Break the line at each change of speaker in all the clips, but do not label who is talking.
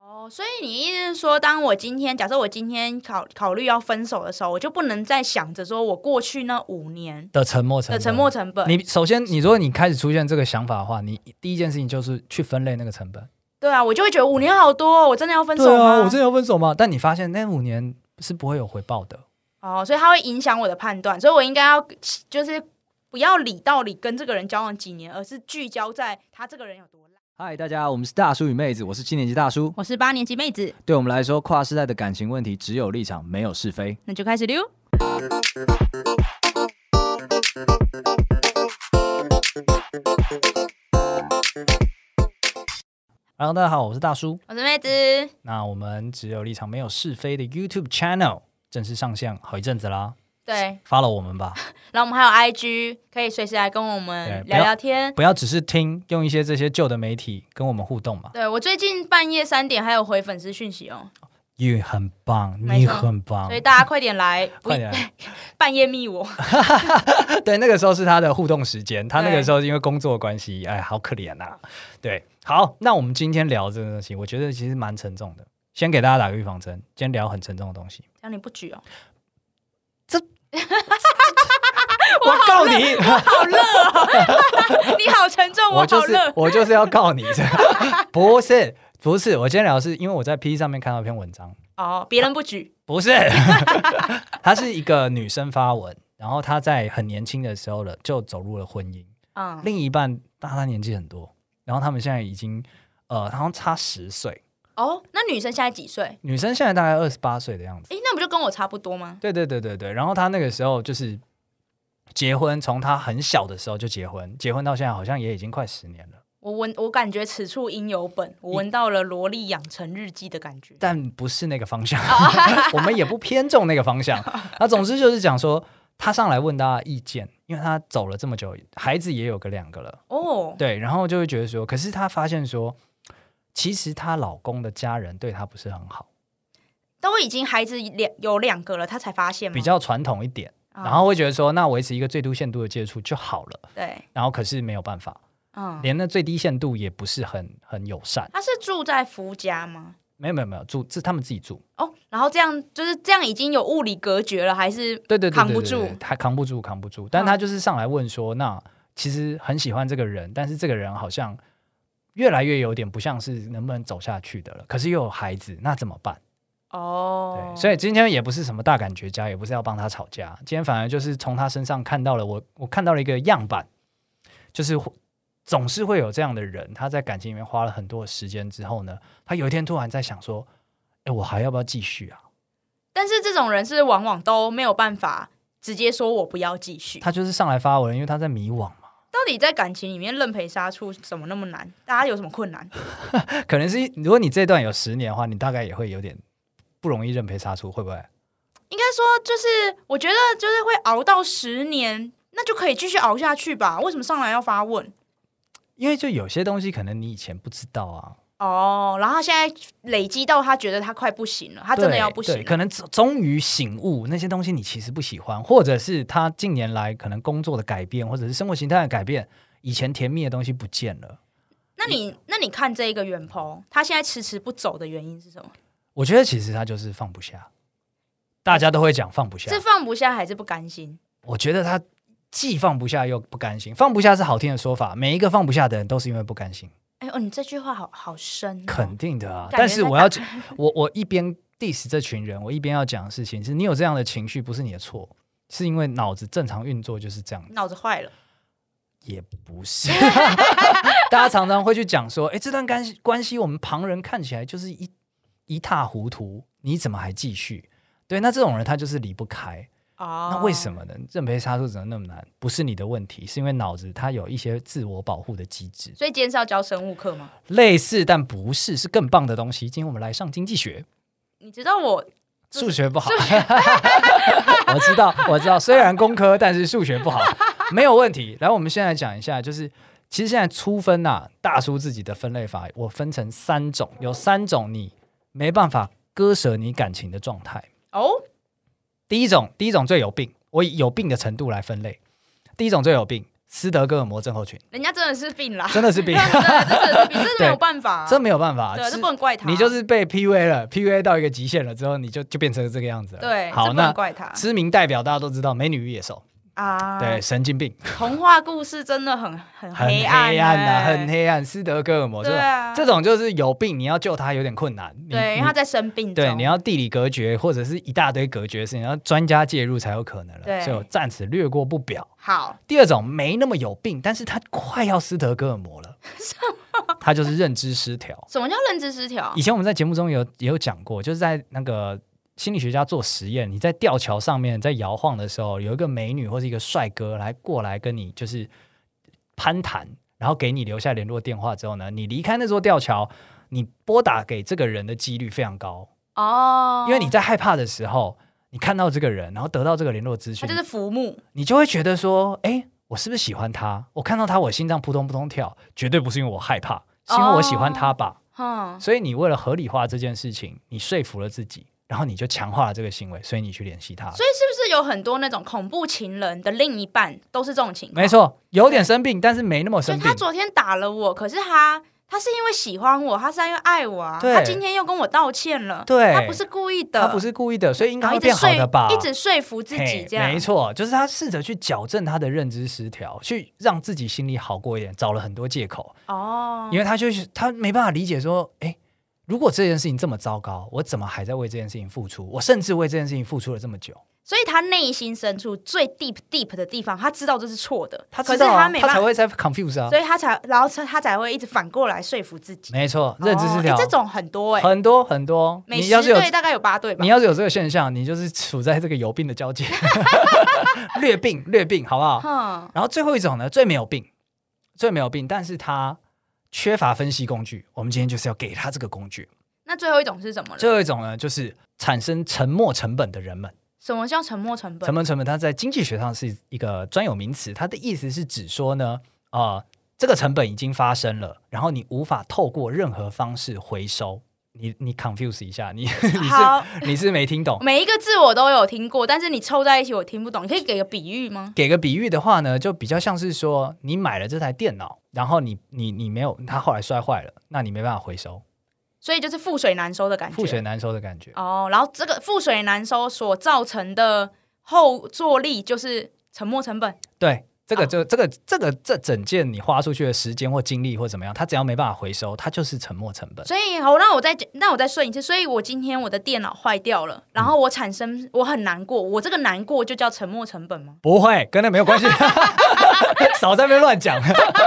哦，所以你意思是说，当我今天假设我今天考考虑要分手的时候，我就不能再想着说我过去那五年
的沉默成
的
本
沉没成本。
你首先，你如果你开始出现这个想法的话，你第一件事情就是去分类那个成本。
对啊，我就会觉得五年好多、哦，我真的要分手
对
吗？
啊，我真的要分手吗？但你发现那五年是不会有回报的。
哦，所以它会影响我的判断，所以我应该要就是不要理到底跟这个人交往几年，而是聚焦在他这个人有多烂。
嗨，大家，我们是大叔与妹子，我是七年级大叔。
我是八年级妹子，
对我们来说，跨世代的感情问题只有立场，没有是非。
那就开始溜。
然后大家好，我是大叔。
我是妹子，
那我们只有立场没有是非的 YouTube channel 正式上线好一阵子啦
对，
，follow 我们 吧，
然后我们还有 IG，可以随时来跟我们
对不要
聊聊天。
不要只是听，用一些这些旧的媒体跟我们互动嘛。
对我最近半夜三点还有回粉丝讯息哦，
你很棒，
没错
你很棒
所，以大家快点来，不
快点来！
半夜密我。
对，那个时候是他的互动时间，他那
对
个时候因为工作关系，哎，好可怜呐、对，好，那我们今天聊这个东西，我觉得其实蛮沉重的。先给大家打个预防针，今天聊很沉重的 东西。
这样你不 举哦，
我告你，
好热哦，你好沉重，我
就
好
是
热。
我就是要告你， 不是不是，我今天聊的是因为我在 P 上面看到一篇文章，
哦，别人不举，
不是， 她是一个女生发文，然后她在很年轻的时候了就走入了婚姻，
嗯，
另一半大她年纪很多，然后他们现在已经呃好像差十岁，
哦，那女生现在几岁？
女生现在大概二十八岁的样子。
诶，那不就跟我差不多吗？
对对对对对，然后她那个时候就是结婚，从她很小的时候就结婚，结婚到现在好像也已经快十年了，
我闻，我感觉此处应有本，我闻到了萝莉养成日记的感觉。
但不是那个方向， 我们也不偏重那个方向。那总之就是讲说，她上来问大家意见，因为她走了这么久，孩子也有个两个了，
哦，
对，然后就会觉得说，可是她发现说，其实她老公的家人对她不是很好，
都已经孩子两有两个了，他才发现吗？
比较传统一点，
嗯，
然后会觉得说，那维持一个最低限度的接触就好了。
对，
然后可是没有办法，
嗯，
连那最低限度也不是很很友善。
他是住在夫家吗？
没有没有没有住，是他们自己住。
哦，然后这样就是这样，已经有物理隔绝了，还是
对对对对
扛不
对
住啊
对还扛不住，扛不住。但他就是上来问说，那其实很喜欢这个人，但是这个人好像越来越有点不像是能不能走下去的了。可是又有孩子，那怎么办？
哦
对，，所以今天也不是什么大感觉家，也不是要帮他吵架，今天反而就是从他身上看到了我，我看到了一个样板，就是会总是会有这样的人，他在感情里面花了很多的时间之后呢，他有一天突然在想说，哎，我还要不要继续啊？
但是这种人是往往都没有办法直接说我不要继续。
他就是上来发文，因为他在迷惘嘛，
到底在感情里面认赔杀出怎么那么难？大家有什么困难？
可能是如果你这段有十年的话，你大概也会有点不容易认赔杀出，会不会？
应该说就是，我觉得就是会熬到十年，那就可以继续熬下去吧。为什么上来要发问？
因为就有些东西可能你以前不知道啊，
哦，然后他现在累积到他觉得他快不行了，他啊真的
对
要不行
对可
了。
能终终于醒悟，那些东西你其实不喜欢，或者是他近年来可能工作的改变，或者是生活形态的改变，以前甜蜜的东西不见了。
那你那你看这一个远鹏，他现在迟迟不走的原因是什么？
我觉得其实他就是放不下，大家都会讲放不下
是，放不下还是不甘心？
我觉得他既放不下又不甘心。放不下是好听的说法，每一个放不下的人都是因为不甘心，
哎呦，你这句话好好深、哦。
肯定的啊。
感觉
但是
在
我要，我我一边 diss 这群人，我一边要讲的事情是，你有这样的情绪不是你的错，是因为脑子正常运作就是这样子。
脑子坏了，
也不是， 大家常常会去讲说，哎、这段关系关系，我们旁人看起来就是一一塌糊涂，你怎么还继续？对，那这种人他就是离不开。
哦，
那为什
么？
么呢？认赔杀出怎么那么难？不是你的问题，是因为脑子它有一些自我保护的机制，
所以今天是要教生物课吗？
类似但不是，是更棒的东西。今天我们来上经济学，
你知道我
数学 不好，我知道，我知道，虽然工科，但是数学 不好，没有问题。来，我们现在讲一下，就是其实现在粗分呐、大叔自己的分类法，我分成三种，有三种你没办法割舍你感情的状态。
哦，
第一种，第一种最有病，我以有病的程度来分类。第一种最有病斯德哥尔摩症候群，
人家真的是病啦，，
真的是病
真的真的是病，这是没有办法、啊
这没有办法，
对，
是
这不能怪他，啊
你就是被 PUA 了，PUA 到一个极限了之后，你就就变成这个样子了。
对，这
好，
不能
那
怪他
知名代表大家都知道《美女与野兽》
啊。
对，，神经病，
童话故事真的很很
很
黑
暗
暗
呐，
欸
很黑暗。斯德哥尔摩这
对
种，
啊，
这种就是有病，你要救他有点困难。你
对，因为他
你
在生病中，
对，你要地理隔绝或者是一大堆隔绝的事情，要专家介入才有可能了。
对
所以我暂时略过不表。
好
第二种没那么有病，但是他快要斯德哥尔摩 了，他就是认知失调。
什么叫认知失调
以？前我们在节目中有也有讲过，就是在那个心理学家做实验，你在吊桥上面在摇晃的时候，有一个美女或是一个帅哥来过来跟你就是攀谈，然后给你留下联络电话之后呢，你离开那座吊桥，你拨打给这个人的几率非常高，
哦，
因为你在害怕的时候，你看到这个人，然后得到这个联络资
他
讯
就，是浮木，
你就会觉得说，哎，我是不是喜欢他？我看到他，我心脏扑通扑通跳，绝对不是因为我害怕，是因为我喜欢他吧。
嗯，
所以你为了合理化这件事情，你说服了自己，然后你就强化了这个行为，所以你去联系他。
所以是不是有很多那种恐怖情人的另一半都是这种情况？
没，错，有点生病，但是没那么
所以
生病
他。昨天打了我，可是他他是因为喜欢我，他是因为爱我啊，
对
他今天又跟我道歉了，
对
他不是故意的，
他不是故意的，所以应
然后嗯
该会
一直
变好
说
的吧？
一直说服自己
嘿
这样
没，错，就是他试着去矫正他的认知失调，去让自己心里好过一点，找了很多借口，
哦，
因为他就是他没办法理解说，哎。如果这件事情这么糟糕，我怎么还在为这件事情付出？我甚至为这件事情付出了这么久，
所以他内心深处最 deep deep 的地方，他知道这是错的，
他
可是
知道、啊、
没
他
办
才
法，
会在 confuse 啊
所。以他才，然后他他才会一直反过来说服自己。
没错，认知失调、
哦诶这种很多哎、
很多很多。
每
你
十
要是有
对大概有八对吧
你？要是有这个现象，你就是处在这个有病的交界， 略病略病，好不好？
哼，
然后最后一种呢，最没有病，最没有病，但是他缺乏分析工具。我们今天就是要给他这个工具。
那最后一种是什么呢？
最后一种呢，就是产生沉没成本的人们。
什么叫沉没成本
沉？没成本，它在经济学上是一个专有名词，它的意思是指说呢，呃，这个成本已经发生了，然后你无法透过任何方式回收。你你 confuse 一下，你 你
好
是你是没听懂。
每一个字我都有听过，但是你凑在一起我听不懂，你可以给个比喻吗？
给个比喻的话呢，就比较像是说，你买了这台电脑，然后你你你没有，它后来摔坏了，那你没办法回收，
所以就是覆水难收的感觉。
覆水难收的感觉。
哦，然后这个覆水难收所造成的后坐力就是沉没成本。
对，这个就、这个这个这整件你花出去的时间或精力或怎么样，它只要没办法回收，它就是沉没成本。
所以好，那我再那我再顺一次。所以我今天我的电脑坏掉了，然后我产生我很难过，我这个难过就叫沉没成本吗？
不会，跟那没有关系， 少在那边乱讲，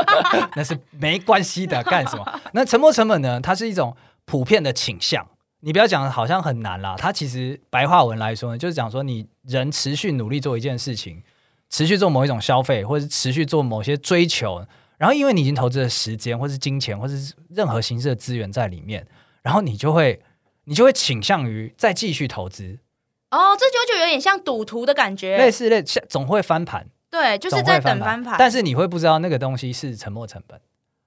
那是没关系的。干什么？那沉没成本呢？它是一种普遍的倾向。你不要讲好像很难啦，它其实白话文来说呢，就是讲说你人持续努力做一件事情，持续做某一种消费，或者是持续做某些追求，然后因为你已经投资了时间，或是金钱，或是任何形式的资源在里面，然后你就会你就会倾向于再继续投资，
哦，这就就有点像赌徒的感觉，
类似类像总会翻盘。
对，就是
总
在
会
等
翻
翻盘。
但是你会不知道那个东西是沉没成本。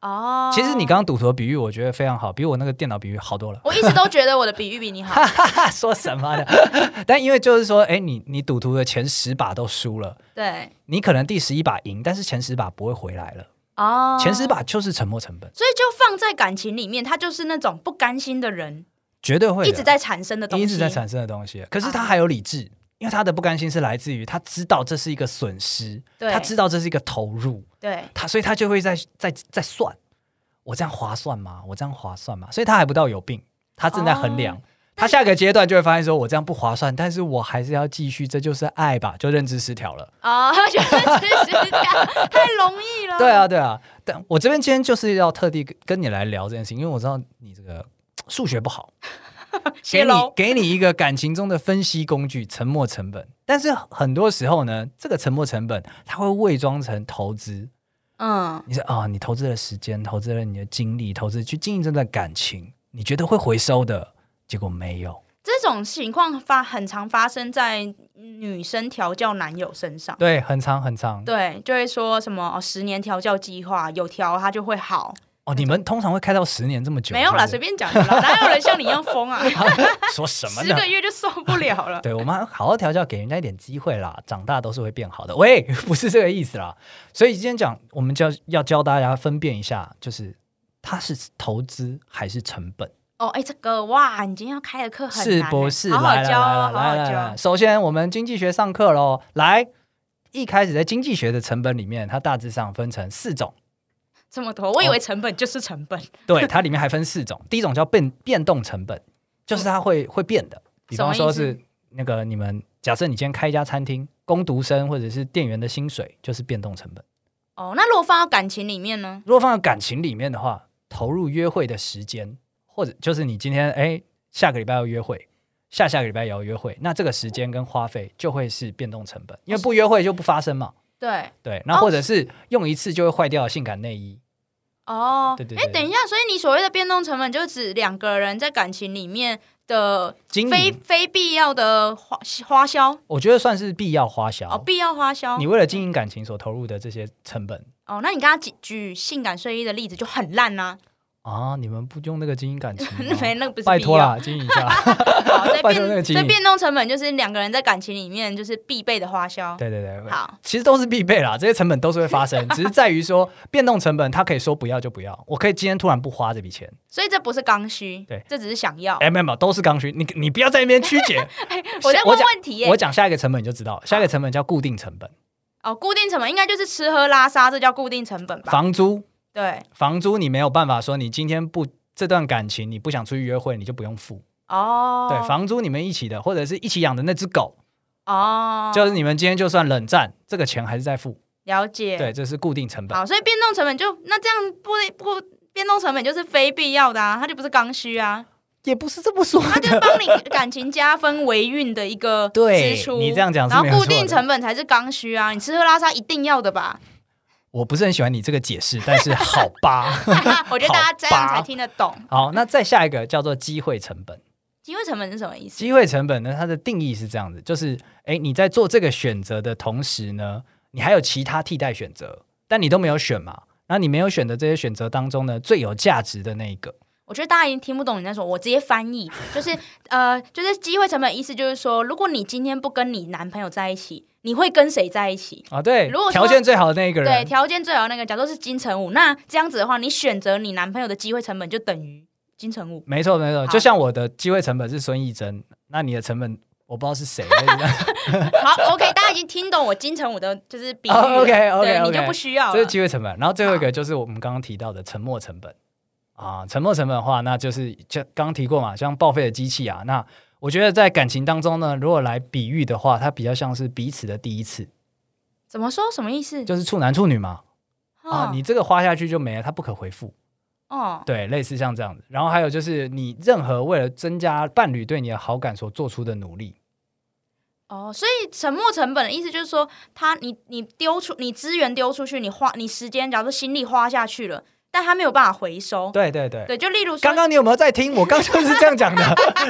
哦，。
其实你刚刚赌徒的比喻，我觉得非常好，比我那个电脑比喻好多了
我一直都觉得我的比喻比你好。
说什么的？ 但因为就是说，哎，你你赌徒的前十把都输了，
对，
你可能第十一把赢，但是前十把不会回来了，
哦，
前十把就是沉没成本，
所以就放在感情里面，他就是那种不甘心的人，
绝对会的
一直在产生的东西。啊
一直在产生的东西。可是他还有理智，因为他的不甘心是来自于他知道这是一个损失，
对
他知道这是一个投入，
对，
他所以他就会在在在算，我这样划算吗？我这样划算吗？所以他还不到有病，他正在衡量。
哦
他下个阶段就会发现说，我这样不划算，但是我还是要继续，这就是爱吧，就认知失调了。
啊、哦， 觉得只是这样太容易了。
对，啊，对啊。但我这边今天就是要特地跟跟你来聊这件事情，因为我知道你这个数学不好，
谢
给你
喽。
给你一个感情中的分析工具——沉没成本。但是很多时候呢，这个沉没成本它会伪装成投资，
嗯，
你说啊、你投资了时间，投资了你的精力，投资去经营这段感情，你觉得会回收的，结果没有。
这种情况发很常发生在女生调教男友身上。
对，很长很长。
对，就会说什么、哦、十年调教计划有调他就会好，
哦，你们通常会开到十年这么久？
没有啦，
是
随
不
便讲的 啦，哪有人像你一样疯啊？
是说什么
十
呢？
个月就受不了了。
对我们好好调教，给人家一点机会啦。长大都是会变好的，喂，不是这个意思啦。所以今天讲，我们教要教大家分辨一下，就是它是投资还是成本，
哦，哎，这个哇，你今天要开的课很
是
难
不
欸
是？
好好
来来
教
来
哦，好
来
好
来
教
来，。首先我们经济学上课喽，来。一开始在经济学的成本里面，它大致上分成四种，
这么多，我以为成本就是成本，
对，它里面还分四种。第一种叫变变动成本，就是它会会变的，比方说
嗯什么意
是那个你们假设你今天开一家餐厅，工读生或者是店员的薪水就是变动成本。
哦，那如果放到感情里面呢？
如果放在感情里面的话，投入约会的时间，或者就是你今天哎下个礼拜要约会，下下个礼拜也要约会，那这个时间跟花费就会是变动成本，因为不约会就不发生嘛。
对，
对，那或者是用一次就会坏掉的性感内衣，
哦，
对对
哎，
对
等一下，所以你所谓的变动成本，就指两个人在感情里面的
经
非
营
非必要的花花销
我觉得算是必要花销。
哦，必要花销
你为了经营感情所投入的这些成本
哦。那你刚刚举举性感睡衣的例子就很烂呐、
啊，你们不用那个经营感情
那 没
吗？
那个不是
拜
必
托
要。
啦，经营 一下。
好，所以
拜托那个
变
经
所以
营
变动成本就是两个人在感情里面就是必备的花销。
对对对，
好，
其实都是必备啦， 这些成本都是会发生，只是在于说变动成本，他可以说不要就不要，我可以今天突然不花这笔钱，
所以这不是刚需，
对
这只是想要。
哎、没有没有，都是刚需，你你不要在那边曲 解。
我在问
讲
问题耶、
我讲下一个成本你就知道了，下一个成本叫固定成本，
哦，固定成本应该就是吃喝拉撒，这叫固定成本吧？
房租，
对，
房租你没有办法说你今天不这段感情你不想出去约会，你就不用付。
哦，
对，房租你们一起的，或者是一起养的那只狗，
哦，
就是你们今天就算冷战，这个钱还是在付。
了解。
对，这是固定成本。
好，所以变动成本就那这样不不变动成本就是非必要的啊，它就不是刚需啊，
也不是这么说
它就是
的，
帮你感情加分维运的一个
对
支出。
你这样讲是
然
没
后
有
固
错
定
的
成本才是刚需啊，你吃喝拉撒一定要的吧？
我不是很喜欢你这个解释，但是 好吧。
我觉得大家这样
好吧
才听得懂。
好，那再下一个叫做机会成本。
机会成本是什么意思？
机会成本呢，它的定义是这样子，就是诶，你在做这个选择的同时呢，你还有其他替代选择，但你都没有选嘛。那你没有选的这些选择当中呢，最有价值的那一个，
我觉得大家已经听不懂你在说，我直接翻译，就是呃，就是机会成本意思就是说，如果你今天不跟你男朋友在一起，你会跟谁在一起？
啊，对，
如果说
条件最好的那一个
对，
人，
条件最好的那个，假如是金城武，那这样子的话，你选择你男朋友的机会成本就等于金城武。
没错没错。
好
就像我的机会成本是孙艺珍，那你的成本我不知道是谁。
好，OK，大家 已经听懂我金城武的就是比喻了、
哦，OK，OK，OK
对你就不需要
这是
了。
机会成本。然后最后一个就是我们刚刚提到的沉没成本啊，沉没成本的话，那就是就刚提过嘛，像报废的机器啊。那我觉得在感情当中呢，如果来比喻的话，它比较像是彼此的第一次，
怎么哦说？什么意思？
就是处男处女嘛。啊
哦，
你这个花下去就没了，它不可回复。
哦
对，类似像这样子。然后还有就是你任何为了增加伴侣对你的好感所做出的努力，
哦，所以沉没成本的意思就是说，他你你丢出你资源丢出去，你花你时间，假如说心力花下去了，但他没有办法回收。
对对对。
对，就例如说，
刚刚你有没有在听？我刚就是这样讲的，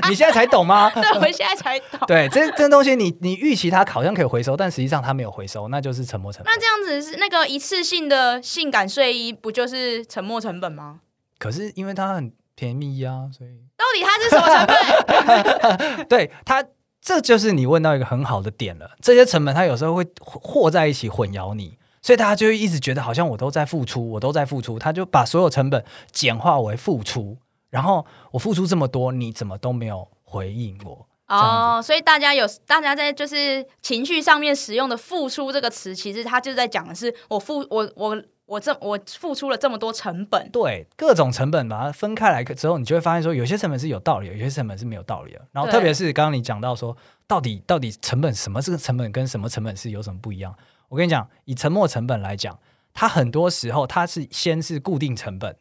你现在才懂吗？
对，我现在才懂。
对，这这东西你你预期它好像可以回收，但实际上它没有回收，那就是沉没成本
那。这样子是那个一次性的性感睡衣，不就是沉没成本吗？
可是因为它很便宜啊，所以
到底它是什么成本？
对它这就是你问到一个很好的点了。这些成本它有时候会和在一起混淆你，所以大家就会一直觉得好像我都在付出，我都在付出，他就把所有成本简化为付出，然后我付出这么多，你怎么都没有回应我？这样
哦，所以大家有大家在就是情绪上面使用的“付出”这个词，其实他就是在讲的是我付我我我这我付出了这么多成本。
对各种成本把它分开来之后，你就会发现说，有些成本是有道理的，有些成本是没有道理的。然后
对
特别是刚刚你讲到说，到底到底成本什么这个成本跟什么成本是有什么不一样？我跟你讲，以沉没成本来讲，它很多时候它是先是固定成本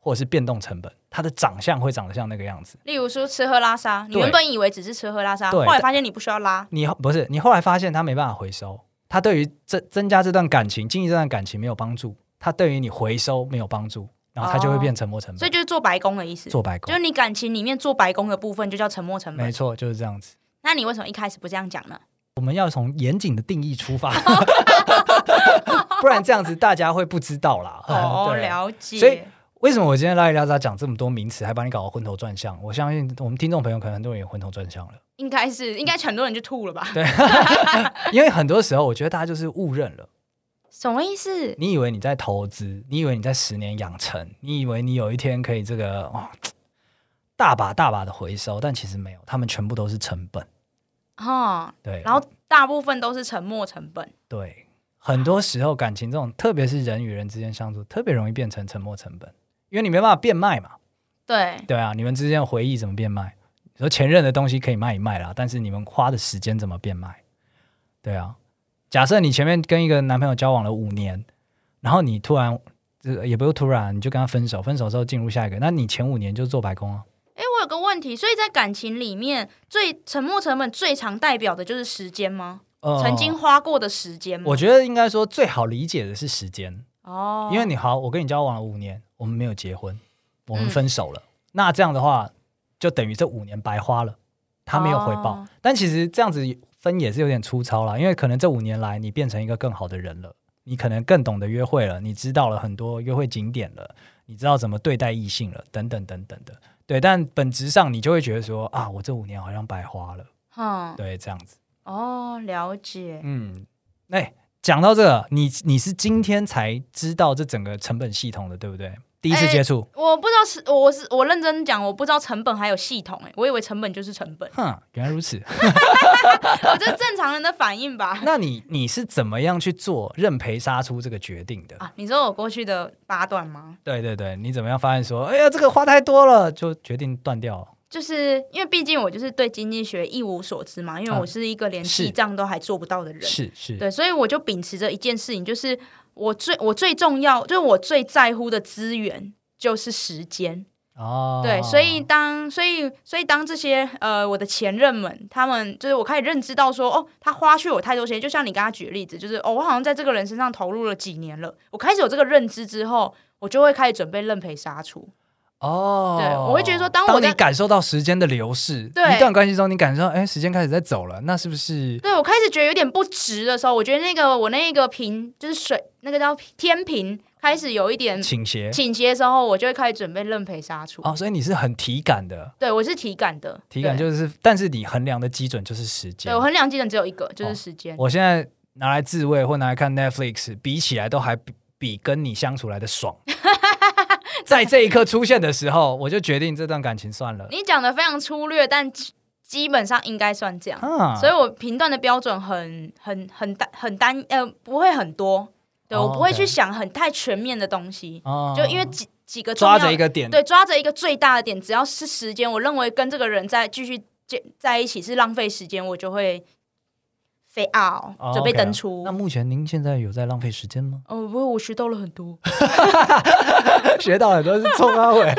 或者是变动成本，它的长相会长得像那个样子。
例如说吃喝拉撒，你
对
原本以为只是吃喝拉撒，
对嗯
后来发现你不需要拉。
你不是你后来发现它没办法回收，它对于增增加这段感情、经营这段感情没有帮助，它对于你回收没有帮助，然后它就会
哦
变沉没成
所
本，
以就是做白工的意思，
做白
就
工
是。你感情里面做白工的部分就叫沉没成
没
本。
错，就是这样子。
那你为什么一开始不这样讲呢？
我们要从严谨的定义 出发，不然这样子大家会不知道啦。嗯
哦，
对
了
所以
解。
为什么我今天拉里拉扎讲这么多名词，还把你搞得昏头转向？我相信我们听众朋友可能很多人也昏头转向了，
应该是应该很多人就吐了吧？
因为很多时候我觉得大家就是误认了。
什么意思？
你以为你在投资，你以为你在十年养成，你以为你有一天可以这个哦，大把大把的回收，但其实没有，他们全部都是成本。
哈、
对，
然后大部分都是沉没成本。
对，很多时候感情这种，特别是人与人之间相处，特别容易变成沉没成本，因为你没办法变卖嘛。
对，
对啊，你们之间的回忆怎么变卖？你说前任的东西可以卖一卖啦，但是你们花的时间怎么变卖？对啊，假设你前面跟一个男朋友交往了五年，然后你突然，这也不是突然，你就跟他分手，分手之后进入下一个，那你前五年就做白工啊。
哎，我有个问题，所以在感情里面，最沉没成本最常代表的就是时间吗？
呃
曾经花过的时间吗？
我觉得应该说最好理解的是时间，
哦，
因为你好，我跟你交往了五年，我们没有结婚，我们
嗯
分手了，那这样的话就等于这五年白花了，他没有回报。
哦
但其实这样子分也是有点粗糙啦，因为可能这五年来你变成一个更好的人了，你可能更懂得约会了，你知道了很多约会景点了，你知道怎么对待异性了，等等等等的。对，但本质上你就会觉得说啊，我这五年好像白花了，
嗯，
对，这样子。
哦，了解。
嗯，哎、讲到这个，你你是今天才知道这整个成本系统的，对不对？第一次
哎
接触，，
我不知道是，我是我认真讲，我不知道成本还有系统、哎，我以为成本就是成本
哼，原来如此。
我这是正常人的反应吧？
那你你是怎么样去做认赔杀出这个决定的？
啊，你说我过去的八段吗？
对对对，你怎么样发现说，哎呀，这个花太多了，就决定断掉了？
就是因为毕竟我就是对经济学一无所知嘛，因为
啊
我是一个连
是
记账都还做不到的人，
是是，
对，所以我就秉持着一件事情，就是我最我最重要，就是我最在乎的资源就是时间。
哦，
对，所以当所以所以当这些呃我的前任们，他们就是我开始认知到说，哦，他花去我太多时间，就像你刚刚举的例子，就是哦，我好像在这个人身上投入了几年了。我开始有这个认知之后，我就会开始准备认赔杀出。
哦，
对我会觉得说当我
当
在
你感受到时间的流逝，
对嗯
一段关系中，你感受到，哎，时间开始在走了，那是不是？
对我开始觉得有点不值的时候，我觉得那个我那个平就是水那个叫天平开始有一点
倾斜
倾斜的时候，我就会开始准备认赔杀出。
哦，所以你是很体感的，
对我是体感的，
体感
对
就是，但是你衡量的基准就是时间。
对我衡量基准只有一个，就
哦
是时间。
我现在拿来自慰或拿来看 Netflix，比起来都还比比跟你相处来 的爽。在这一刻出现的时候，我就决定这段感情 算了
你讲的非常粗略，但基基本上应该算这样。
啊。
所以我评断的标准很很很单很单呃不会很多，对、
哦
我不会
OK
去想很太全面的东西，
哦
就因为几几个重要
抓
的
着一个点，
对抓着一个最大的点，只要是时间，我认为跟这个人在继续在在一起是浪费时间，我就会飞 out、
哦
准备
OK 啊
登出。？
那目前您现在有在浪费时间吗
哦，不过我学到了很多。
学到很多是冲阿伟。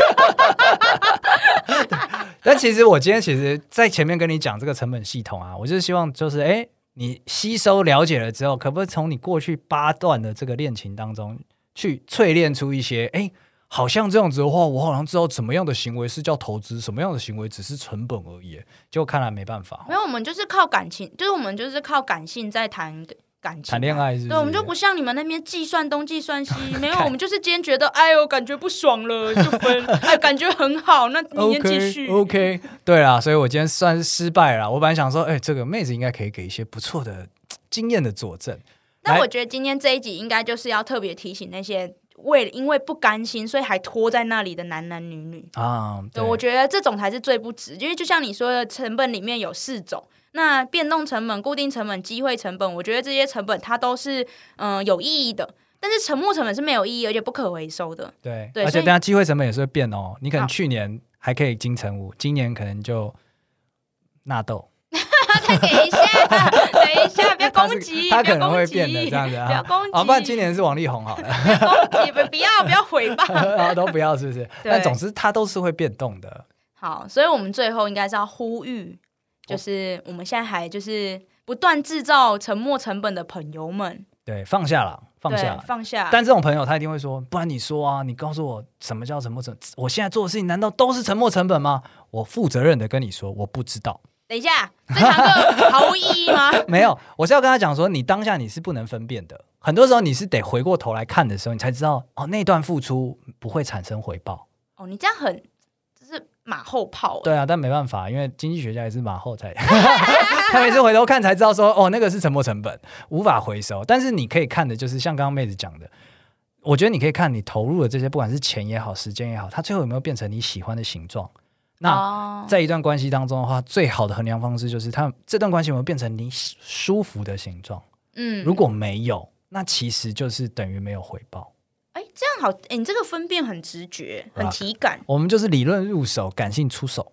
但其实我今天其实，在前面跟你讲这个成本系统啊，我就是希望就是哎、诶你吸收了解了之后，可不可以从你过去八段的这个恋情当中，去淬炼出一些哎、诶好像这样子的话，我好像知道怎么样的行为是叫投资，什么样的行为只是成本而已。就看来没办法
没，有，我们就是靠感情，就是我们就是靠感性在谈感情、啊
谈恋。爱是不是
对，我们就不像你们那边计算东计 算西，没有，我们就是今天觉得，哎呦，感觉不爽了就分，哎，感觉很好，那明天继续。
OK，, 哦 o k 对啦，所以我今天算是失败了啦。我本来想说，哎、这个妹子应该可以给一些不错的嘖经验的佐证。
那
来
我觉得今天这一集应该就是要特别提醒那些为因为不甘心，所以还拖在那里的男男女女。
啊，
对，我觉得这种才是最不值，因为就像你说的，成本里面有四种。那变动成本、固定成本、机会成本，我觉得这些成本它都是嗯、呃有意义的，但是沉没成本是没有意义而且不可回收的。
对，
对
而
所
且
以
大家机会成本也是会变哦。你可能
好
去年还可以金城武，今年可能就纳豆，
再给一 下，等一下，不要攻击，
他
不
可
要
能
攻
会
击，
变的这样子
不要
啊。
攻击，
啊，不然今年是王力宏 好了，
不要攻击，不不要不要毁谤。
然后都不要是不是？
对
但总之它都是会变动的。
好，所以我们最后应该是要呼吁，就是我们现在还就是不断制造沉没成本的朋友们，
对，放下了，放下
对，放下，
但这种朋友他一定会说，不然你说啊，你告诉我什么叫沉没成？我现在做的事情难道都是沉没成本吗？我负责任的跟你说，我不知道，
等一下，这堂课毫无意义 吗？
没有，我是要跟他讲说，你当下你是不能分辨的，很多时候你是得回过头来看的时候，你才知道哦，那段付出不会产生回报。
哦，你这样很就是马后炮、欸。
对啊，但没办法，因为经济学家也是马后才， 他每次回头看才知道说，哦，那个是沉没成本，无法回收。但是你可以看的就是像刚刚妹子讲的，我觉得你可以看你投入的这些，不管是钱也好，时间也好，它最后有没有变成你喜欢的形状。那
哦
在一段关系当中的话，最好的衡量方式就是它这段关系有没有变成你喜舒服的形状。
嗯，
如果没有，那其实就是等于没有回报。
哎、这样好，哎、你这个分辨很直觉，很
Rock
体感，
我们就是理论入手，感性出手。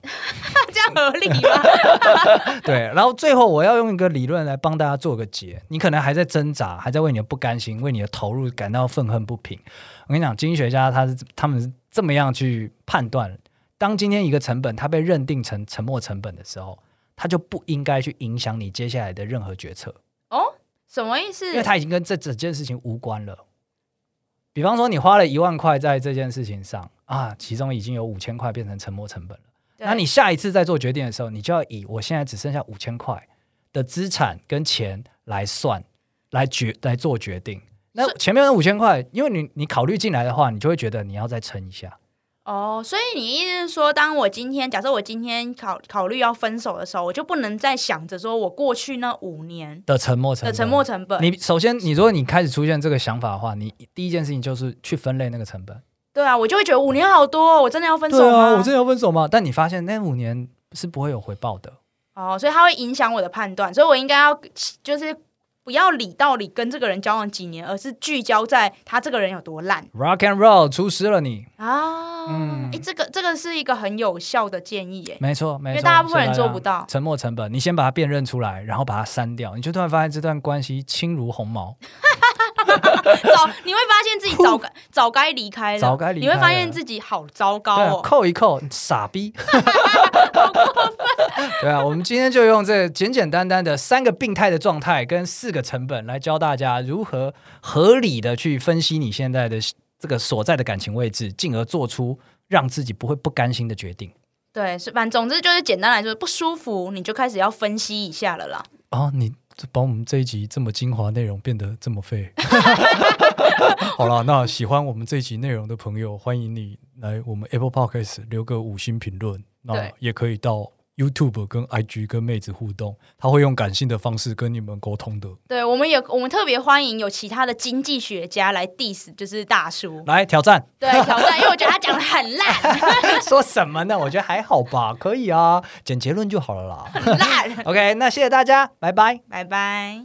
这样合理吗？
对，然后最后我要用一个理论来帮大家做个结。你可能还在挣扎，还在为你的不甘心、为你的投入感到愤恨不平。我跟你讲，经济学家他是他们是这么样去判断：当今天一个成本它被认定成沉没成本的时候，它就不应该去影响你接下来的任何决策，
哦，什么意思
因？为它已经跟这整件事情无关了。比方说，你花了一万块在这件事情上啊，其中已经有五千块变成沉没成本了。
对
那你下一次再做决定的时候，你就要以我现在只剩下五千块的资产跟钱来算，来决来做决定。那
所
前面那五千块，因为你你考虑进来的话，你就会觉得你要再撑一下。
哦，所以你意思是说，当我今天假设我今天考考虑要分手的时候，我就不能再想着说我过去那五年
的沉没成
的
本，
沉没成本。
你首先，你如果你开始出现这个想法的话，你第一件事情就是去分类那个成本。
对啊，我就会觉得五年好多哦，我真的要分手
对
吗？
啊，我真的要分手吗？但你发现那五年是不会有回报的。
哦，所以它会影响我的判断，所以我应该要就是不要理到底跟这个人交往几年，而是聚焦在他这个人有多烂
Rock and roll 出师了你，
啊。
嗯
嗯，哎，这个这个是一个很有效的建议耶。
没错，没错，
因为大部分人
是的
做不到
沉没成本，你先把它辨认出来，然后把它删掉，你就突然发现这段关系轻如鸿毛。
早 你会发现自己早该早该离开了，
早该离开了
你会发现自己好糟糕
对啊，
哦。
扣一扣，傻逼。 对啊，我们今天就用这简简单单的三个病态的状态跟四个成本来教大家如何合理的去分析你现在的这个所在的感情位置，进而做出让自己不会不甘心的决定。
对，是反总之就是简单来说不舒服，你就开始要分析一下了啦。
啊，你这把我们这一集这么精华内容变得这么 废。好了，那喜欢我们这一集内容的朋友，欢迎你来我们 Apple Podcast 留个五星评论，那
对
也可以到 YouTube 跟 IG 跟妹子互动，他会用感性的方式跟你们沟通的。
对，我们也我们特别欢迎有其他的经济学家来 diss，就是大叔
来挑战，
对挑战，因为我觉得他讲的很烂
说什么呢？我觉得还好吧，可以啊，简结论就好了啦。
很烂。
OK，那谢谢大家，拜拜。
拜拜。